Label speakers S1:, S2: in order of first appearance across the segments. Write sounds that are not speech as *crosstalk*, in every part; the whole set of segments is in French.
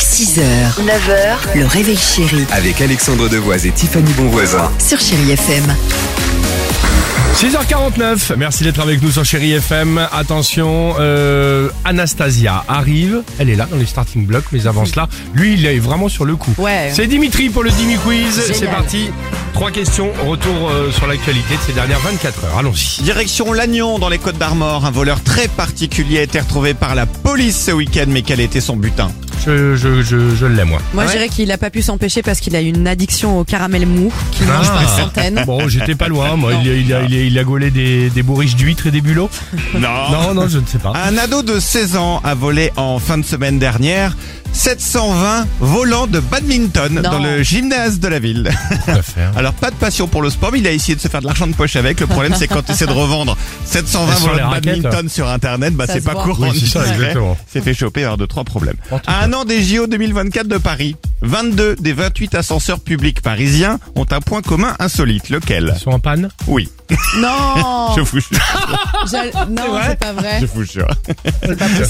S1: 6h, 9h, le réveil chéri
S2: Avec Alexandre Devoise et Tiffany Bonvoisin.
S1: sur Chéri FM.
S3: 6h49, merci d'être avec nous sur Chéri FM. Attention, euh, Anastasia arrive, elle est là dans les starting blocks, mais avant cela, lui il est vraiment sur le coup.
S4: Ouais.
S3: C'est Dimitri pour le Dimi Quiz,
S4: Génial.
S3: c'est parti. Trois questions, retour euh, sur l'actualité de ces dernières 24 heures, allons-y.
S5: Direction Lannion dans les Côtes d'Armor, un voleur très particulier a été retrouvé par la police ce week-end, mais quel était son butin
S3: Je, je, je, je l'ai moi.
S4: Moi, je dirais qu'il a pas pu s'empêcher parce qu'il a une addiction au caramel mou qu'il mange
S3: Ah.
S4: par centaines.
S3: Bon, j'étais pas loin, moi, il, a- il, a, il, a, il a gaulé des, des bourriches d'huîtres et des bulots.
S5: Oh. Ah,
S3: Non,
S5: Non.
S3: non, je ne sais pas.
S5: Un ado de 16 ans a volé en fin de semaine dernière 720 volants de badminton
S4: Non.
S5: dans le gymnase de la ville.
S3: Tout à faire.
S5: Alors pas de passion pour le sport, mais il a essayé de se faire de l'argent de poche avec. Le problème c'est quand tu essaies de revendre 720
S3: Sur les
S5: volants de
S3: raquettes.
S5: badminton sur internet, bah
S4: Ça
S5: c'est
S4: se
S5: pas
S4: voit.
S5: courant.
S3: Oui, c'est ça,
S5: en effet.
S3: exactement.
S5: s'est fait choper par deux trois problèmes.
S3: En tout
S5: À un an des JO 2024 de Paris, 22 des 28 ascenseurs publics parisiens ont un point commun insolite. Lequel
S3: Ils sont en panne
S5: Oui,
S4: Non,
S5: je vous jure.
S4: J'allais- non, c'est pas vrai.
S5: Je vous jure.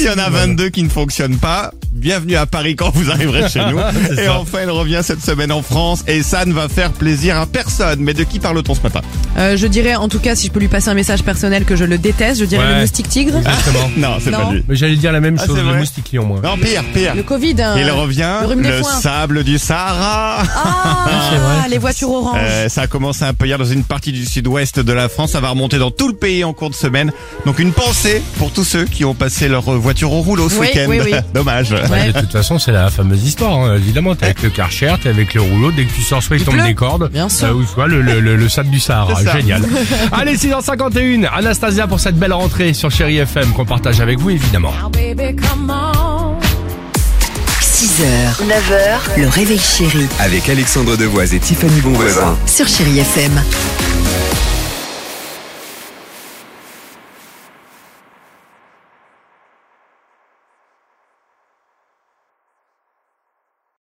S5: Il y en a 22 qui ne fonctionnent pas. Bienvenue à Paris quand vous
S3: *laughs*
S5: arriverez chez nous.
S3: C'est
S5: Et
S3: ça.
S5: enfin, elle revient cette semaine en France et ça ne va faire plaisir à personne. Mais de qui parle-t-on ce matin
S4: Euh, je dirais, en tout cas, si je peux lui passer un message personnel que je le déteste, je dirais
S3: Ouais.
S4: le moustique tigre,
S3: Exactement.
S5: *laughs* Non, c'est
S4: Non.
S5: pas lui.
S3: Mais j'allais dire la même
S5: Ah,
S3: chose,
S5: c'est
S3: le
S5: vrai.
S3: moustique lion, moi.
S5: Non, pire, pire.
S4: le Covid. hein.
S5: Il revient,
S4: le rhume des
S5: le
S4: foins.
S5: sable du Sahara.
S4: Ah,
S3: c'est vrai.
S4: les voitures oranges.
S5: Euh, ça a commencé un peu hier dans une partie du sud-ouest de la France. Ça va remonter dans tout le pays en cours de semaine. Donc une pensée pour tous ceux qui ont passé leur voiture au rouleau ce
S4: Oui,
S5: week-end.
S4: oui, oui.
S5: *laughs* Dommage.
S4: Ouais.
S3: Bah, De toute façon, c'est la fameuse histoire. hein. Évidemment, t'es avec le Karcher, t'es avec le rouleau. Dès que tu sors, soit il,
S4: Il
S3: tombe
S4: pleut.
S3: des cordes, euh,
S4: Bien sûr.
S3: ou soit le, le, le- le sable du Sahara.
S5: C'est ça.
S3: Génial.
S5: *laughs*
S3: Allez, 6h51. Anastasia pour cette belle rentrée sur Chéri FM qu'on partage avec vous, évidemment.
S1: 6h, 9h, le réveil chéri
S2: Avec Alexandre Devoise et Tiffany Bonvoisin.
S1: sur Chéri FM.